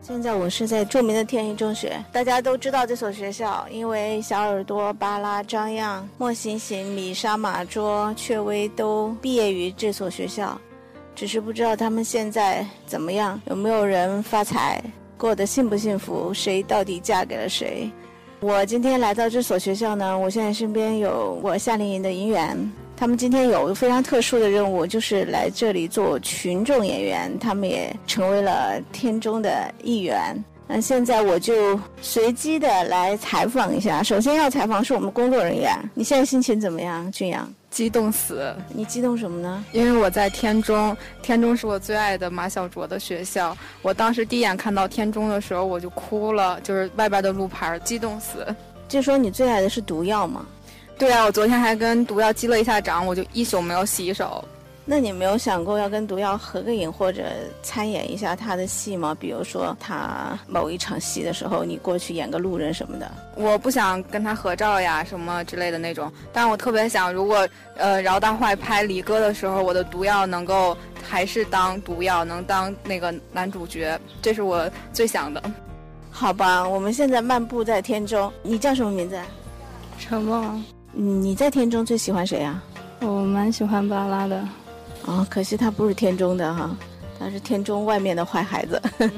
现在我是在著名的天一中学，大家都知道这所学校，因为小耳朵、巴拉、张漾、莫行行、米莎、马卓、雀薇都毕业于这所学校，只是不知道他们现在怎么样，有没有人发财，过得幸不幸福，谁到底嫁给了谁。我今天来到这所学校呢，我现在身边有我夏令营的营员，他们今天有非常特殊的任务，就是来这里做群众演员，他们也成为了天中的一员。那现在我就随机的来采访一下，首先要采访是我们工作人员，你现在心情怎么样，俊阳？激动死！你激动什么呢？因为我在天中，天中是我最爱的马小卓的学校。我当时第一眼看到天中的时候，我就哭了，就是外边的路牌，激动死。据说你最爱的是毒药吗？对啊，我昨天还跟毒药击了一下掌，我就一宿没有洗手。那你没有想过要跟毒药合个影，或者参演一下他的戏吗？比如说他某一场戏的时候，你过去演个路人什么的。我不想跟他合照呀，什么之类的那种。但我特别想，如果呃饶大坏拍离歌的时候，我的毒药能够还是当毒药，能当那个男主角，这是我最想的。好吧，我们现在漫步在天中，你叫什么名字？陈梦，嗯你在天中最喜欢谁呀、我蛮喜欢巴拉的。啊？可惜他不是天中的哈、他是天中外面的坏孩子。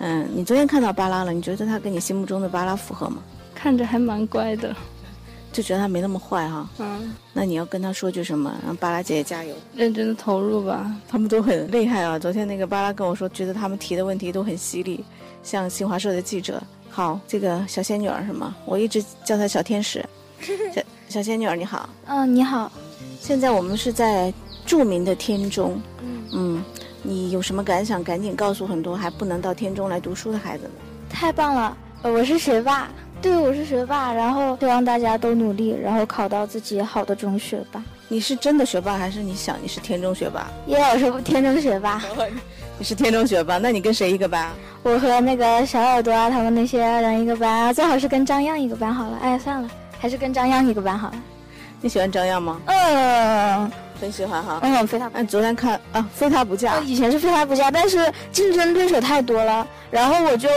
嗯，你昨天看到巴拉了，你觉得他跟你心目中的巴拉符合吗？看着还蛮乖的。就觉得他没那么坏哈、嗯，那你要跟他说句什么，让巴拉姐姐加油。认真的投入吧。他们都很厉害啊！昨天那个巴拉跟我说，觉得他们提的问题都很犀利，像新华社的记者。好，这个小仙女儿是吗？我一直叫她小天使。小小仙女儿你好，嗯，你好，现在我们是在著名的天中，嗯，嗯，你有什么感想？赶紧告诉很多还不能到天中来读书的孩子们。太棒了，呃我是学霸，对，我是学霸，然后希望大家都努力，然后考到自己好的中学吧。你是真的学霸，还是你想你是天中学 霸？因为我是天中学霸，你是天中学霸，那你跟谁一个班？我和那个小耳朵啊，他们那些人一个班啊，最好是跟张漾一个班好了。哎，算了，还是跟张漾一个班好了。你喜欢张漾吗？嗯很喜欢哈。嗯，非常。按昨天看啊，非他不嫁我。以前是非他不嫁，但是竞争对手太多了，然后我就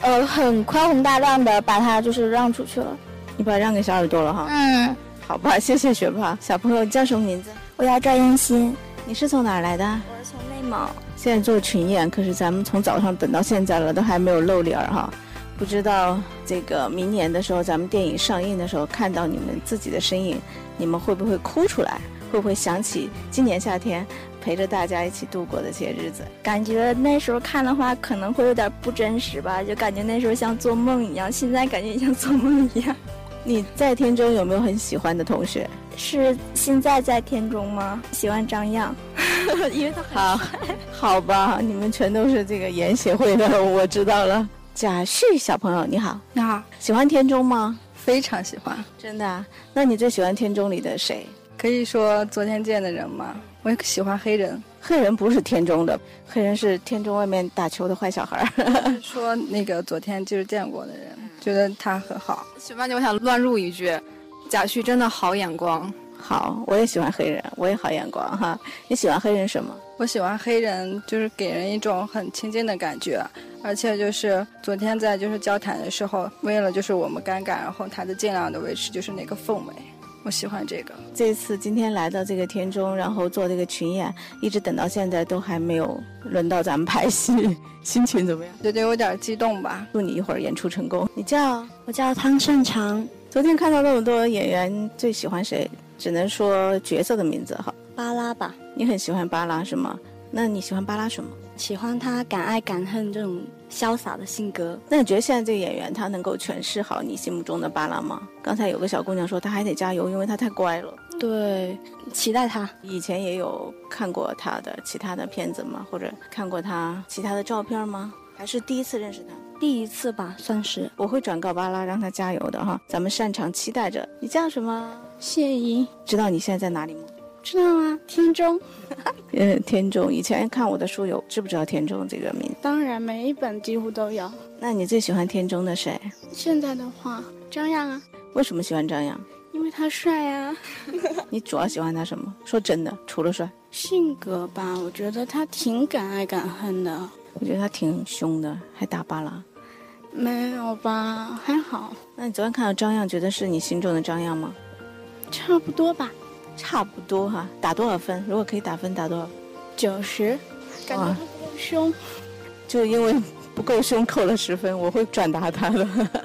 呃很宽宏大量的把他就是让出去了。你把它让给小耳朵了哈。嗯，好吧，谢谢学霸。小朋友叫什么名字？我要赵燕欣，你是从哪儿来的？我是从内蒙。现在做群演，可是咱们从早上等到现在了，都还没有露脸儿哈。不知道这个明年的时候，咱们电影上映的时候，看到你们自己的身影，你们会不会哭出来？会不会想起今年夏天陪着大家一起度过的些日子？感觉那时候看的话，可能会有点不真实吧，就感觉那时候像做梦一样，现在感觉像做梦一样。你在天中有没有很喜欢的同学？是现在在天中吗？喜欢张漾， 因为 他很好，好吧，你们全都是这个研协会的，我知道了。贾旭小朋友你好，你好，喜欢天中吗？非常喜欢。真的、啊？那你最喜欢天中里的谁？可以说昨天见的人吗？我也喜欢黑人。黑人不是天中的，黑人是天中外面打球的坏小孩儿。 说那个昨天就是见过的人，觉得他很好。学霸姐，我想乱入一句，贾旭真的好眼光。好，我也喜欢黑人，我也好眼光哈。你喜欢黑人什么？我喜欢黑人，就是给人一种很亲近的感觉，而且就是昨天在就是交谈的时候，为了就是我们尴尬，然后他就尽量的维持就是那个氛围，我喜欢这个。这次今天来到这个天中，然后做这个群演，一直等到现在都还没有轮到咱们拍戏， 心情怎么样？觉得有点激动吧。祝你一会儿演出成功。你叫？我叫汤胜长，昨天看到那么多演员，最喜欢谁？只能说角色的名字哈。巴拉吧，你很喜欢巴拉是吗？那你喜欢巴拉什么？喜欢他敢爱敢恨这种潇洒的性格。那你觉得现在这个演员他能够诠释好你心目中的巴拉吗？刚才有个小姑娘说她还得加油，因为她太乖了。对，期待他。以前也有看过她的其他的片子吗？或者看过她其他的照片吗？还是第一次认识她？第一次吧，算是我会转告巴拉让她加油的哈。咱们擅长期待着。你叫什么？谢莹，知道你现在在哪里吗？知道吗？天中，嗯，天中。以前看我的书友知不知道天中这个名字？当然，每一本几乎都有。那你最喜欢天中的谁？现在的话，张漾啊，为什么喜欢张扬？因为他帅啊，你主要喜欢他什么？说真的，除了帅，性格吧，我觉得他挺敢爱敢恨的。我觉得他挺凶的，还打巴拉。没有吧，还好，那你昨天看到张漾，觉得是你心中的张漾吗？差不多吧，差不多哈、打多少分？如果可以打分，打多少？九十。感觉哇他不够凶，就因为不够凶扣了十分，我会转达他的。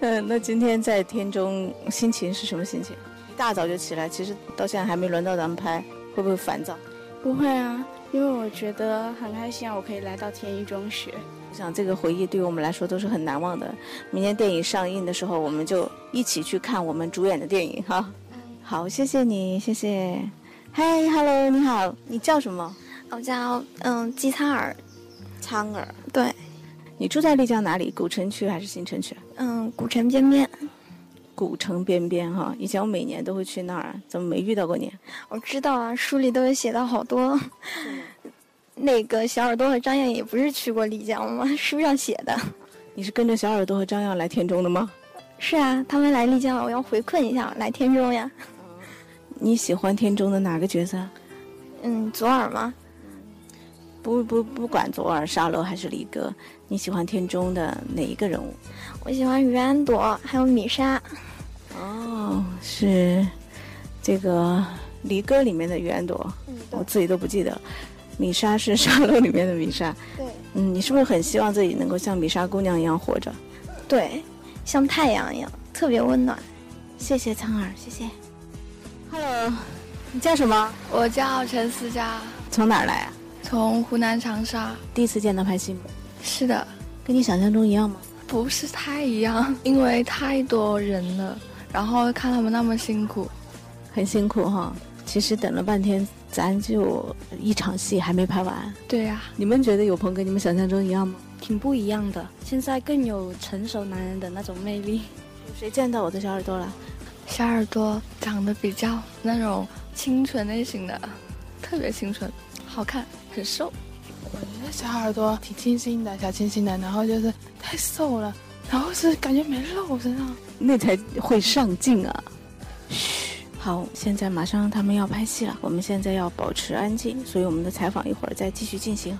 嗯，那今天在天中心情是什么心情？一大早就起来，其实到现在还没轮到咱们拍，会不会烦躁？不会啊，因为我觉得很开心啊，我可以来到天一中学。我想这个回忆对于我们来说都是很难忘的。明天电影上映的时候，我们就一起去看我们主演的电影哈。好，谢谢你，谢谢。嗨，Hello，你好，你叫什么？我叫嗯基擦尔，苍耳。对，你住在丽江哪里？古城区还是新城区？嗯古城边边。古城边边哈，以前我每年都会去那儿，怎么没遇到过你？我知道啊，书里都有写到好多。 那个小耳朵和张燕也不是去过丽江吗？ 书上写的。你是跟着小耳朵和张漾来田中的吗？是啊，他们来丽江了，我要回馈一下，来天中呀。你喜欢田中的哪个角色？嗯，左耳吗？不不不管左耳、沙漏还是离歌，你喜欢田中的哪一个人物？我喜欢于安朵，还有米莎。哦，是这个离歌里面的袁朵，嗯，我自己都不记得了。米莎是沙漏里面的米莎。对嗯，你是不是很希望自己能够像米莎姑娘一样活着？对，像太阳一样，特别温暖。谢谢苍耳，谢谢。Hello，你叫什么？我叫陈思佳，从哪儿来啊？从湖南长沙。第一次见到拍戏吗？是的，跟你想象中一样吗？不是太一样，因为太多人了，然后看他们那么辛苦。很辛苦哈。其实等了半天，咱就一场戏还没拍完。对呀、你们觉得有朋跟你们想象中一样吗？挺不一样的。现在更有成熟男人的那种魅力。有谁见到我的小耳朵了？小耳朵长得比较那种清纯类型的，特别清纯，好看，很瘦。我觉得小耳朵挺清新的，小清新的，然后就是太瘦了，然后是感觉没肉身上。那才会上镜啊！嘘，好，现在马上他们要拍戏了，我们现在要保持安静，所以我们的采访一会儿再继续进行。